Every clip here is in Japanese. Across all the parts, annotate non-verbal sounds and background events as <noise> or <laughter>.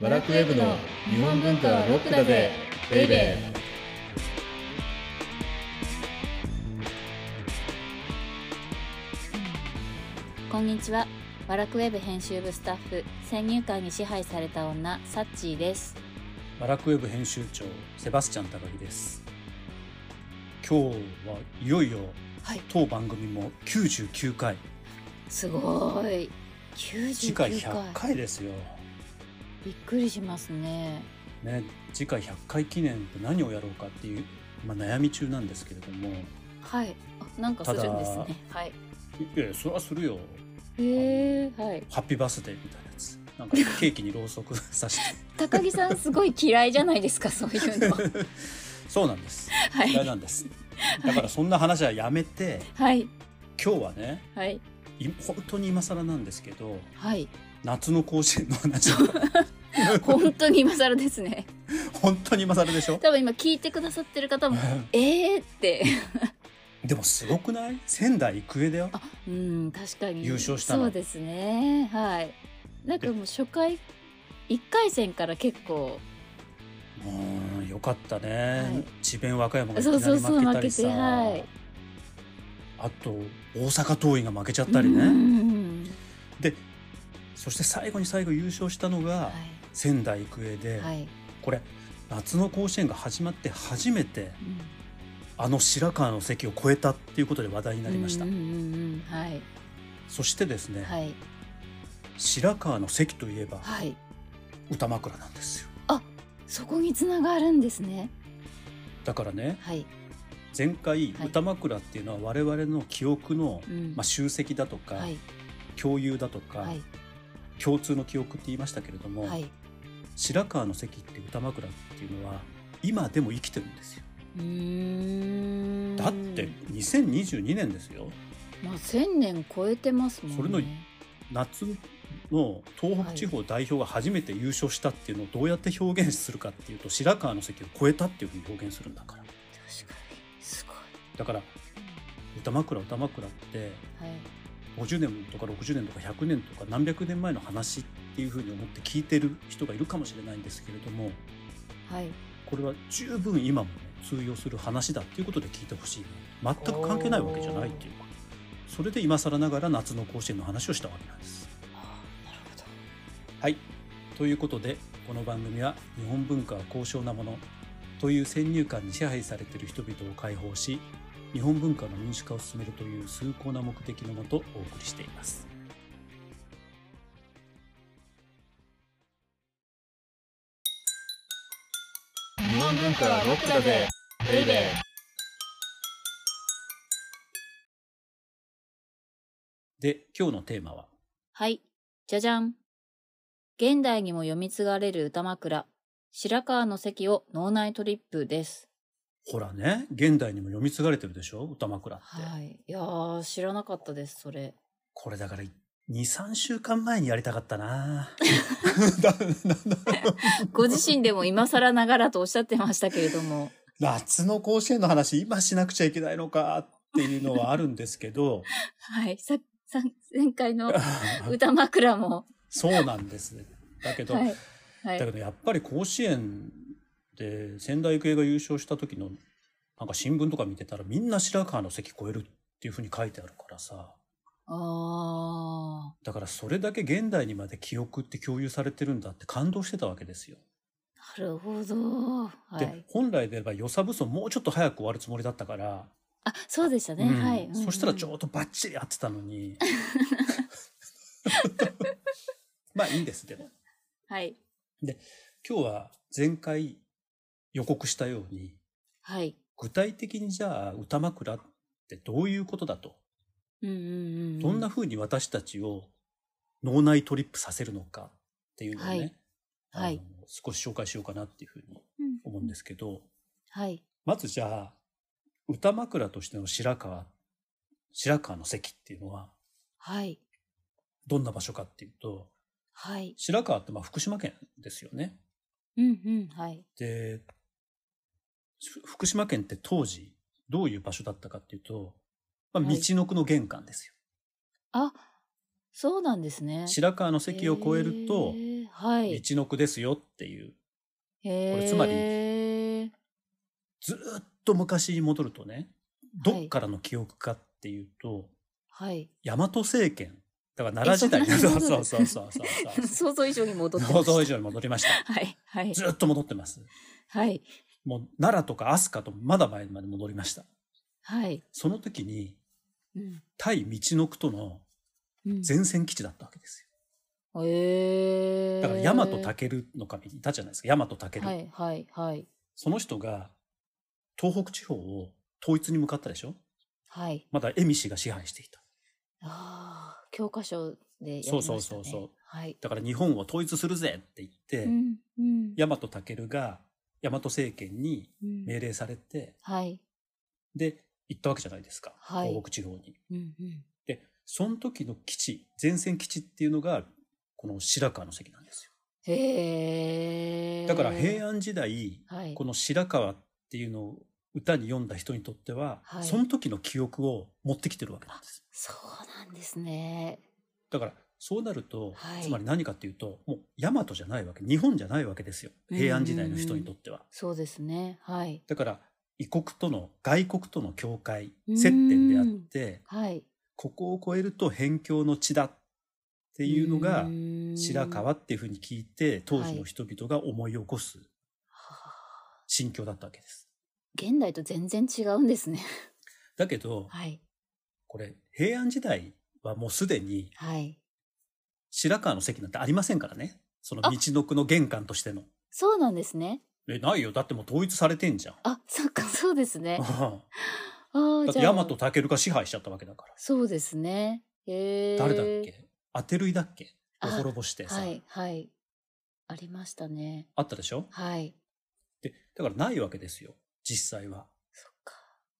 バラクウェブの日本文化はロックだぜベイベーこんにちは。ワラクウェブ編集部スタッフ、先入観に支配された女、サッチーです。バラクウェブ編集長セバスチャン高木です今日はいよいよはい当番組も99回すごーい。次99回回。 100回ですよ、びっくりしますね。ね、次回100回記念って何をやろうかっていう、まあ、悩み中なんですけれどもいはい。あなんかするんですただね。はい。やいやそれはするよへえ。はい。ハッピーバースデーみたいなやつ <laughs> なんかケーキにろうそくさして高木さんすごい嫌いじゃないですか、そういうの。そうなんですは嫌いい。なんですだからそんな話はやめてはい。今日はねはい。い本当に今更なんですけどはい。夏の甲子園 <laughs> の話を本当に今更ですね。本当に今更でしょ多分今聞いてくださってる方も、えーって。 <laughs> でもすごくない仙台育英だよあうん確かに優勝したのそうですねはいなんかもう初回1回戦から結構うーんよかったね、はい智弁和歌山がいきそうなそうりそう負けた負けりさてはいあと大阪桐蔭が負けちゃったりね、うんでそして最後に最後優勝したのがは仙台育英で、い、はいこれ夏の甲子園が始まって初めてうんあの白河の関を越えたっていうことで話題になりました、うんうんうんうんはいそしてですね、はい白河の関といえばはい歌枕なんですよそこにつながるんですねだからねはい、前回はい歌枕っていうのは我々の記憶の、うんまあ、集積だとか、はい共有だとか、はい共通の記憶って言いましたけれども、はい白河の関って歌枕っていうのは今でも生きてるんですようーんだって2022年ですよまあ1000年超えてますもんねそれの夏の東北地方代表が初めて優勝したっていうのをどうやって表現するかっていうと白河の関を超えたっていうふうに表現するんだから確かにすごいだから歌枕歌枕ってはい50年とか60年とか100年とか何百年前の話っていうふうに思って聞いてる人がいるかもしれないんですけれどもはいこれは十分今もね通用する話だっていうことで聞いてほしいな全く関係ないわけじゃないっていうかそれで今更ながら夏の甲子園の話をしたわけなんです。あーなるほどはいということでこの番組は日本文化は高尚なものという先入観に支配されている人々を解放し日本文化の民主化を進めるという崇高な目的のもとお送りしています。日本文化はロックだぜベイベーで今日のテーマははい。じゃじゃん。現代にも読み継がれる歌枕、白川の関を脳内トリップです。ほらね現代にも読み継がれてるでしょ歌枕って。はい。いやー、知らなかったです、それ。これだから、2、3週間前にやりたかったなだ <laughs> ご自身でも今更ながらとおっしゃってましたけれども。夏の甲子園の話、今しなくちゃいけないのかっていうのはあるんですけど、 <laughs> はい。さ、さ、前回の歌枕 <laughs> も。そうなんですね。だけど、はい。はだいけ。どやっぱり甲子園で仙台育英が優勝した時の、なんか新聞とか見てたらみんな白川の席越えるっていうふうに書いてあるからさ、あだからそれだけ現代にまで記憶って共有されてるんだって感動してたわけですよ。ー、なるほど。はでい。本来であれば良さ武装もうちょっと早く終わるつもりだったから、あ、そうでしたね。うんはい。そしたらちょょうどバッチリ合ってた <laughs> のに <laughs> まあいいんですでもはい。今日は前回予告したようにはい。具体的にじゃあ歌枕ってどういうことだと、うんうんうんうん。どんなふうに私たちを脳内トリップさせるのかっていうのをね、はいあのはい少し紹介しようかなっていうふうにうん思うんですけど、はい。まずじゃあ歌枕としての白川白川の席っていうのははい。どんな場所かっていうとはい。白川ってまあ福島県ですよね。うんうん。はい。で、ふ福島県って当時どういう場所だったかっていうと、まあ、は道いのくの玄関ですよ。あ、そうなんですね。白川の関を越えるとへ、ーはい。一の句ですよっていうへこれつまりえ。ずーっと昔に戻るとねどっからの記憶かっていうと、はい。 <laughs> 大和政権だから奈良時代えそんなに戻そうる <laughs> そうそうそうそう想像以上に戻ってま想した。像以上に戻りましたはい。はい。ずーっと戻ってますはい。もう奈良とか飛鳥とまだ前まで戻りましたはい。その時にうん。対道の句とのうん前線基地だったわけですへえ。よだから大和武の神いたじゃないですか大和武、はい。はい。はい。その人が東北地方を統一に向かったでしょはい。まだ恵美氏が支配していたああ、教科書でやりました、そね。うそうそうそうはい。だから日本を統一するぜって言って、うん。うん。大和武が大和政権にうん命令されて、はい。で行ったわけじゃないですか、はい東北地方に。うん。うん。でその時の基地前線基地っていうのがこの白河の関なんですへえ。よ。だから平安時代、安。はい。この白河っていうのを歌に読んだ人にとっては、はいその時の記憶を持ってきてるわけなんです。そうなんですね。だからそうなると、はいつまり何かっていうともう大和じゃないわけ日本じゃないわけですよ平安時代の人にとっては。そうですね。はい。だから異国との外国との境界うん接点であってはい。っここを越えると辺境の地だってていうのが白河っていうふうに聞いて当時の人々が思い起こす心境だったわけです。現代と全然違うんですね。 <laughs> だけどはい。これ平安時代はもうすでにはい。白河の関なんてありませんからねその道の区の玄関としての。そうなんですね。えないよだってもう統一されてんじゃん。あ、そっか、そうですね。だああ、ってじゃあ。大和武が支配しちゃったわけだから。そうですね。へえ。誰だっけアテルイだっけをあ滅ぼしてさ、はい、はい。ありましたね。あったでしょはい。でだからないわけですよ実際はそっか。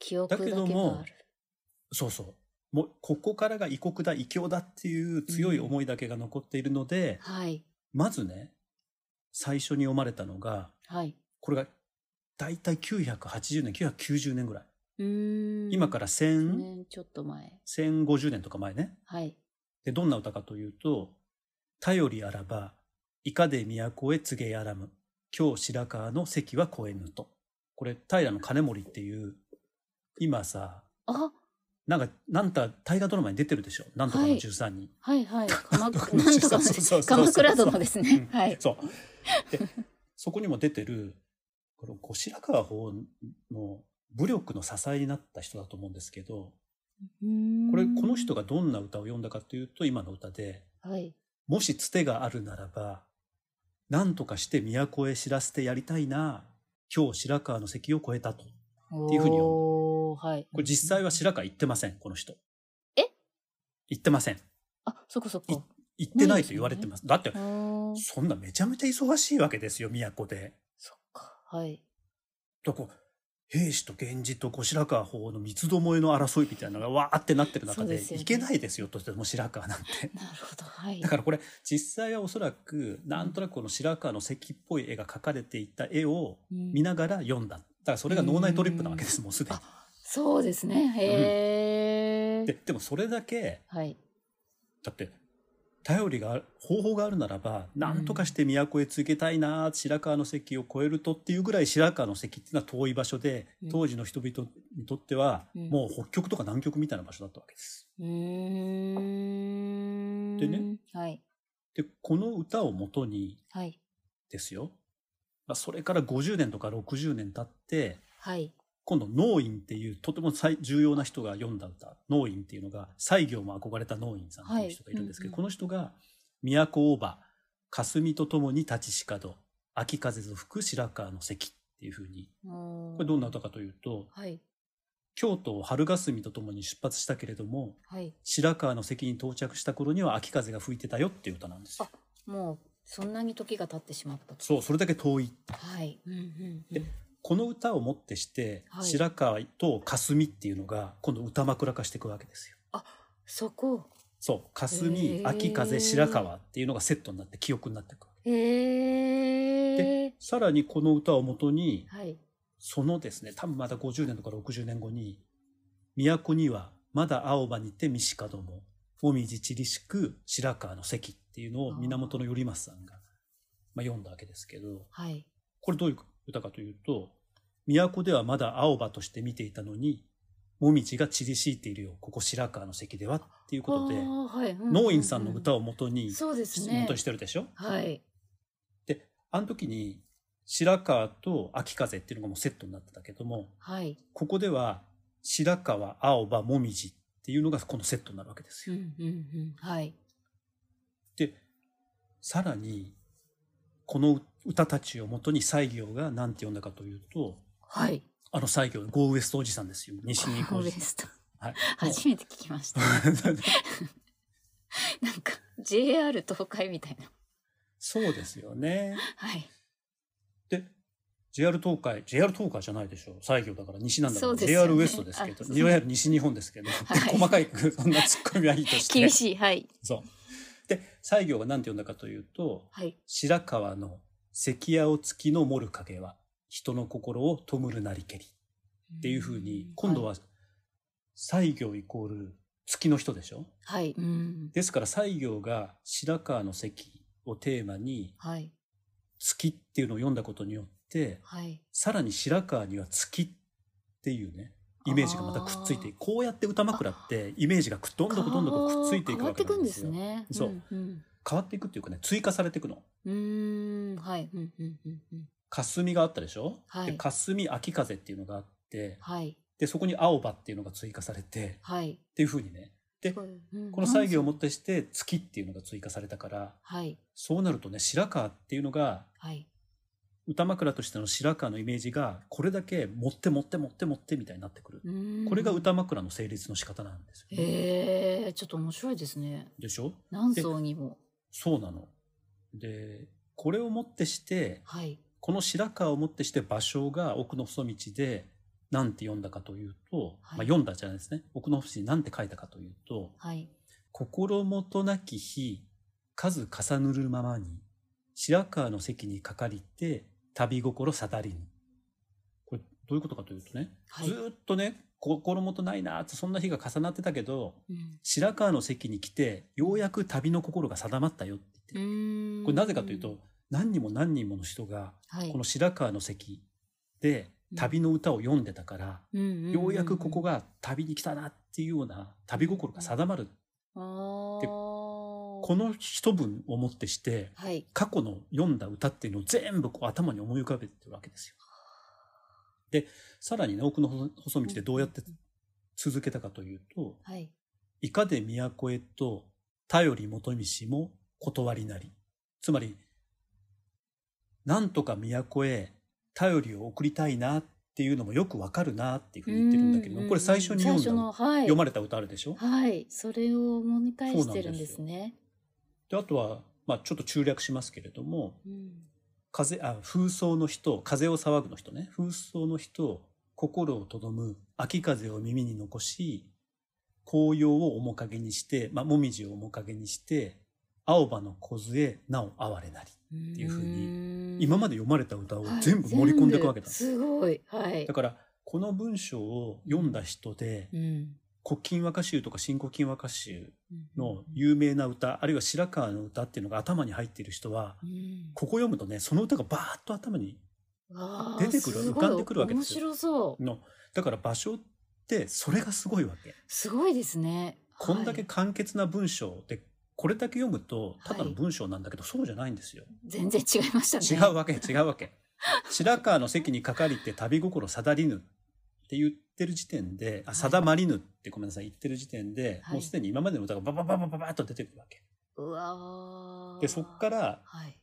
記憶だけだけどがもある。そうそうもうここからが異国だ異教だっていう強い思いだけが残っているので、はい。まずね最初に読まれたのがはい。これが大体980年990年ぐらい、うーん。今から五1000年ちょっと前。 1050年とか前ねはい。でどんな歌かというと「頼りあらばいかで都へ告げやらむ今日白河の関は越えぬと」これ平の金森っていう今さあ、なんかなんた大河ドラマに出てるでしょ「なんとかのはい13人はい <laughs> はい。鎌とか倉、の <laughs> なん13とかのそうそうそうそう鎌倉殿ですね。うんはい。そうでそこにも出てるこの後白河法の武力の支えになった人だと思うんですけどここれこの人がどんな歌を読んだかというと今の歌で「はい。もしつてがあるならば、何とかして都へ知らせてやりたいな。今日白河の関を越えたと。っていうふうに読むおーはい。これ実際は白河行ってません、この人。え行ってません。あ、そっかそっか。行ってないと言われてます。だってあ、ーそんなめちゃめちゃ忙しいわけですよ、都で。そっか。はい。とこ兵士と源氏とこう白河法の三つどもえの争いみたいなのがわーってなってる中そうで、ですよね行けないですよ、としても白河なんて。なるほど。はいだ。からこれ実際はおそらくなんとなくこの白河の関っぽい絵が描かれていた絵をうん見ながら読んだだからそれが脳内トリップなわけですもうすでに。そうですね。へでえ。でもそれだけはい。だって頼りがある方法があるならば何とかして都へ告げたいな白河の関を越えるとっていうぐらい白河の関っていうのは遠い場所でうん当時の人々にとってはうんもう北極とか南極みたいな場所だったわけです。うーん。でね。はい。でこの歌をもとにはい。ですよ、まあ、それから50年とか60年経ってはい。今度農院っていうとても最重要な人が読んだ歌農院っていうのが西行も憧れた農院さんっていう人がいるんですけど、はいうんこの人が「都大場霞とともに立ちしかど秋風ぞ吹く白河の関」っていうふうにここれどんな歌かというとはい。京都を春霞とともに出発したけれどもはい。白河の関に到着した頃には秋風が吹いてたよっていう歌なんですよあ。もう、そんなに時が経ってしまったと。そうそれだけ遠いはい。うんうんうんでこの歌をもってして、はい白河と霞っていうのが今度歌枕化していくわけですよ。そこ。そうへ霞ー秋風白川っていうのがセットになって記憶になってくるへえ。さらにこの歌をもとにはい。そのですね多分まだ50年とか60年後に「都にはまだ青葉にて三鹿どももみじ散りしく白川の関」っていうのを源頼政さんがまあ、読んだわけですけどはい。これどういう歌かというと「都ではまだ青葉として見ていたのに紅葉が散り敷いているよここ白河の関では」っていうことであーはい。農院さんの歌を、を元にそうですね元。にしてるでしょはい。であの時に白川と秋風っていうのがもうセットになってたけどもはい。ここでは白川青葉紅葉っていうのがこのセットになるわけですうよ。んうんうん。はい。でさらにこの歌たちをもとに西行が何て呼んだかというと <laughs> はい。あの西行ゴーウエストおじさんですよ西に行くおウエじさん。スト。はい、初めて聞きま <laughs> した。なんか JR 東海みたいな。 <laughs> そうですよね。はい。で JR 東海 JR 東海じゃないでしょ西行だから西なんだかそら、うですよね JR ウエストですけどあそう JR 西日本ですけど、はい細かいそんなツッコミはいいとして厳しい。はい。そうで西行が何て呼んだかというとはい。 「白川の関屋を月きの盛る影は人の心を弔るなりけり」っていうふうに今度は西行イコール月の人でしょはい。はい。うん。ですから西行が白川の関をテーマにはい。月っていうのを読んだことによってはい。さらに白川には月っていうねイメージがまたくっついていくこうやって歌枕ってイメージがくっどんどんどんどんくっついてい変くわわっけてくなんんでですすよ。ね。そうんうん。変わっていくっていうかね追加されていくの。うーん。はい。うんうんうんうん。霞があったでしょ、はいで霞秋風っていうのがあってはい。でそこに青葉っていうのが追加されてはい。っていう風にねでこうんこの西行をもってして月っていうのが追加されたからはい。そうなるとね白川っていうのがはい。歌枕としての白川のイメージがこれだけ持って持って持って持ってみたいになってくる、うーんこれが歌枕の成立の仕方なんですよ、へえ、ちょっと面白いですね。でしょ何層にも。そうなの。でこれをもってしてはい。この白川をもってして芭蕉が奥の細道でなんて読んだかというと、はいまあ、読んだじゃないですね奥の細道になんて書いたかというとはい。 「心もとなき日数重ぬるままに白川の席にかかりて旅心さだりぬ」これどういうことかというとね、はいずーっとね心もとないなーってそんな日が重なってたけどうん白川の席に来てようやく旅の心が定まったよってう言って、ーん。これなぜかというと何人も何人もの人がはい、この白川の関で旅の歌を読んでたから、うんうんうん、ようやくここが旅に来たなっていうような旅心が定まる、あでここの一文をもってしてはい。過去の読んだ歌っていうのを全部こう頭に思い浮かべてるわけですよ。でさらにね奥の細細道でどうやって続けたかというとはい。 「いかで都へと頼り求みしも断りなり」つまり「なんとか都へ頼りを送りたいな」っていうのもよくわかるなっていうふうに言ってるんだけれどうもこれ最初に読んだ最初の、はい、読まれた歌あるでしょはい。それを思い返してるんですね。であとは、まあ、ちょっと中略しますけれどもうん風あ風葬の人風を騒ぐの人ね風葬の人心をとどむ秋風を耳に残し紅葉を面影にして、まあ、もみじを面影にして青葉の梢なお哀れなり、ていうふうにに今までで読まれた歌を全部盛り込んでいくわけだ、すごい。はいだ。からこの文章を読んだ人で「うん古今和歌集」とか「新古今和歌集」のうん有名な歌あるいは白川の歌っていうのが頭に入っている人はうんここ読むとねその歌がバーッと頭にわあ出てくるすごい浮かんでくるわけですよ面白そう。のだから場所ってそれがすごいわけ、すごいですね。こんだはけい簡潔な文章でこれだけ読むとただのはい文章なんだけど、そうじゃないんですよ全然違いました違ね。うわけ違うわけ白川の席にかかりて旅心さだりぬって言ってる時点であい定まりぬってごめんなさい言ってる時点で、はいもうすでに今までの歌がババババババッと出てくるわけうわあでそっか。らはい。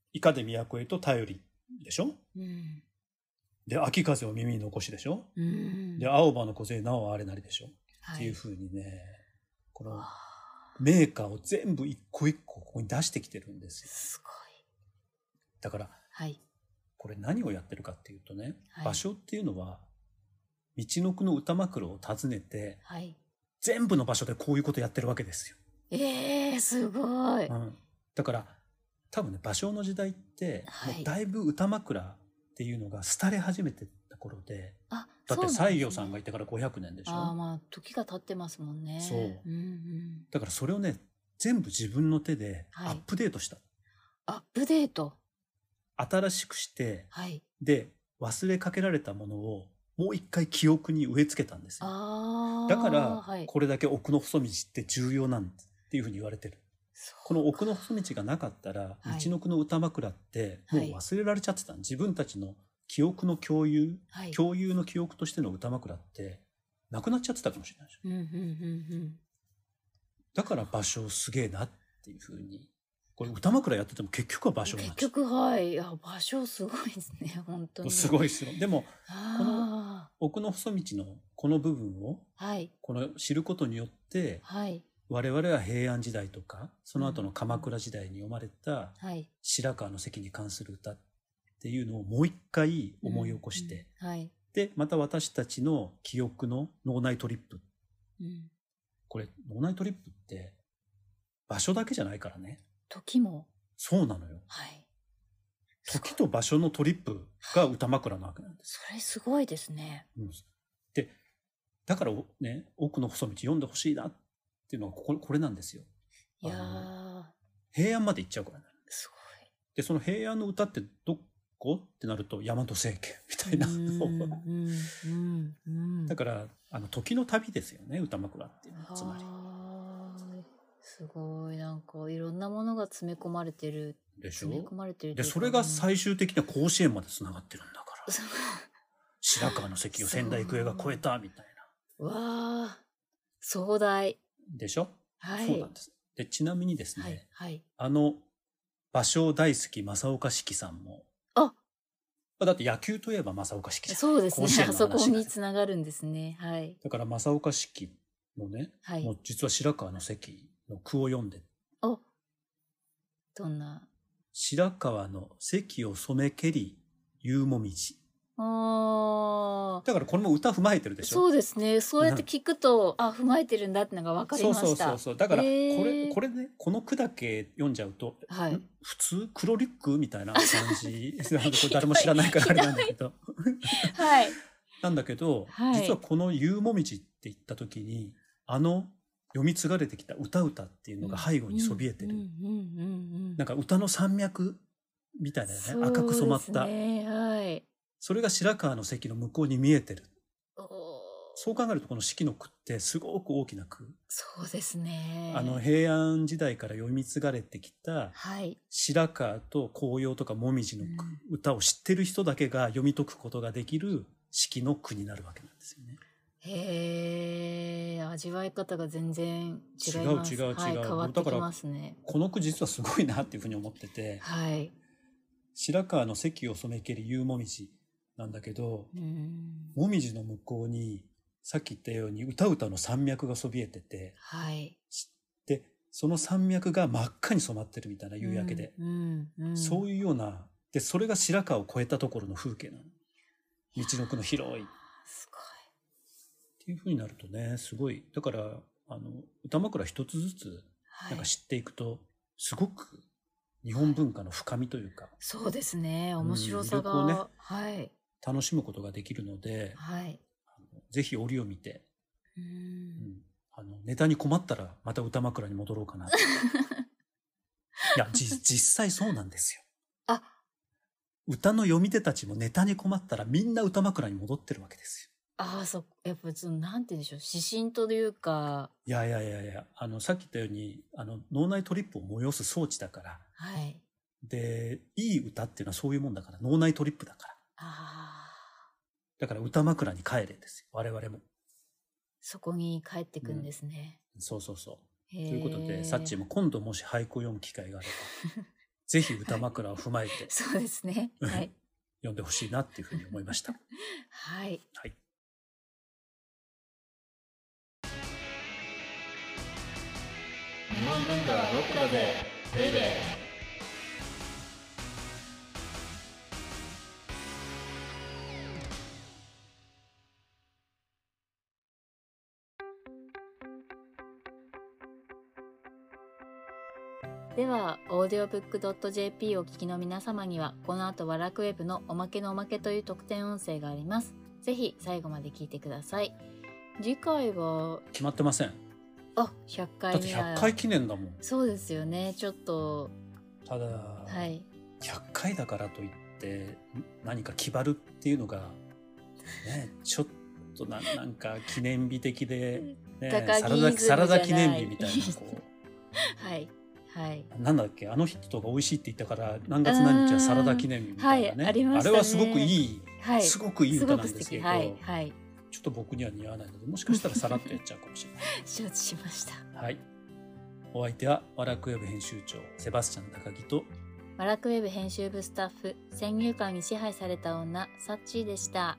「いかで都へと頼り」でしょうん。で「秋風を耳に残し」でしょうん。で「青葉の小勢なおあれなり」でしょはっていうい。ふうにねこのわあメーカーを全部一個一個ここに出してきてるんですよすごい。だからはい。これ何をやってるかっていうとね、はい場所っていうのは道のくの歌枕を訪ねてはい。全部の場所でこういうことやってるわけですよ、ええすごい。うん、だから多分ね場所の時代って、はいもうだいぶ歌枕っていうのが廃れ始めてた頃であ、そうだってなんですね西行さんがいてから500年でしょああ、まあ、時が経ってますもんね。そうんうん。だからそれをね全部自分の手ではいアップデートした、アップデート。新しくして、はい。で、忘れかけられたものをもう一回記憶に植え付けたんですよ。ああ。だからはい、、これだけ奥の細道って重要なんですっていうふうに言われてる。この奥の細道がなかったら、はいみちのくの歌枕ってもう忘れられちゃってた、自分たちの記憶の共有、はい。共有の記憶としての歌枕ってなくなっちゃってたかもしれないでしょ。うんうんうんうん。だから場所すげえなっていうふうに。これ歌枕やってても結局は場所にな結っちゃ局はいいや場所すごいですね本当う。にすごいですよ。でも、あ奥の細道のこの部分を、あはいこの知ることによって、はい我々は平安時代とか、その後の鎌倉時代に読まれたはい白川の関に関する歌っていうのをもう一回思い起こして、、うんうんはい、で、また私たちの記憶の脳内トリップ。うん、これ、脳内トリップって、場所だけじゃないからね。時もそうなのよ。はい時と場所のトリップが歌枕なわけなんです。それすごいですねうんで、だからおね、奥の細道読んでほしいなっていうのがここ、これなんですよ。いやあー平安まで行っちゃうからね。すで、その平安の歌ってどこってなると、大和政権みたごいいなうんのを。うんうん <laughs> だかから、あの、時の旅ですよね、歌枕っていうのは。つまり。すごいなんかいろんなものが詰め込まれてるでしょ詰め込まれてるとで、いうかそれが最終的な甲子園まで繋がってるんだ <laughs> から。そう白川の関を仙台育英が超えたみたいな。わあ壮大でしょ、はいそうなんです。で、ちなみにですね、はいはいあの、芭蕉大好き正岡子規さんも。あだって野球といえば正岡子規じゃんそうです甲子園ね。あの話そこにつながるんですね。はい。だから正岡子規もね、はも。いう実は白川の関の句を読んで、おどんな。白川の関を染めけり、夕もみじ。あーだからこれも歌踏まえてるでしょそうですね。そうやって聞くと、あ、踏まえてるんだってのが分かりました。そうそうそうそう。だから、こへーれ、これね、この句だけ読んじゃうと、はいん。普通黒リュックみたいな感じ。 <laughs> なんかこれ誰も知らないからあれなんだけど。はい。なんだけど、はい実はこの夕もみじって言った時に、あの読み継がれてきた歌歌っていうのが背後にそびえてる。うんうんうんうん。なんか歌の山脈みたいなそうね、赤く染まった。ですねはい。それが白川の関の向こうに見えてる。おーそう考えるとこの四季の句ってすごく大きな句。そうですね。あの平安時代から読み継がれてきたはい。白川と紅葉とか紅葉の句うん歌を知ってる人だけが読み解くことができる四季の句になるわけなんですよね。へえ、味わい方が全然違います。違う違う違うはい、変わっだてかきらますね。この句実はすごいなっていうふうに思ってて、はい。白川の関を染めけり夕もみじなんだけど、うん。もみじの向こうに、さっき言ったように歌歌の山脈がそびえてて、はい。で、その山脈が真っ赤に染まってるみたいな夕焼けで、うんうんうん、そういうような、で、それが白川を越えたところの風景なの。道のくの広い。すっていうふうになるとねすごいだからあの歌枕一つずつごい、なんはかい、知っていくと、すごく日本文化の深みというかそうですねん面白さが、魅力をねはい楽しむことができるのではいあのぜひ折を見て、ううんんあのネタに困ったらまた歌枕に戻ろうかない <laughs> やじ実際そうなんですよあ歌の読み手たちもネタに困ったらみんな歌枕に戻ってるわけですよああそうやっぱそのなんて言うんでしょう指針というかいやいやいやいやあのさっき言ったようにあの脳内トリップを催す装置だからはいで、いい歌っていうのはそういうもんだから、脳内トリップだから。ああだから歌枕に帰れですよ。我々も。そこに帰ってくんですね、そうそうそとう。ということで、サッチーも今度もし俳句を読む機会があれ <laughs> ば、ぜひ歌枕を踏まえてそうですね <laughs> はい読んでほしいなっていうふうに思いました。はいはい。日本文化はロックだぜベイベーでは、オーディオブックドット JP をお聞きの皆様には、この後はラクウェブのおまけのおまけという特典音声があります。ぜひ最後まで聞いてください。次回は、決まってません。あ、100だっ回て目100回記念だもん。そうですよね。ちょっと、ただ、はい。 100回だからといって何か気張るっていうのが、ね、ちょっとななんか記念日的で、ね、サ高木イズムラダじゃサないラダ記念日みたいなこはいはい。 <laughs> うなんだっけあの人が美味しいって言ったから何月何日はサラダ記念日みたいなねうんはいありましたねれはすごくいい、はい。すごくいいす歌ごなくん素ですけ敵。ど、はい。はい。ちょっと僕には似合わないのでもしかしたらさらっとやっちゃうかもしれない。承知しました。はい。お相手は、ワラクウェブ編集長、セバスチャン高木と、ワラクウェブ編集部スタッフ、先入観に支配された女、サッチーでした。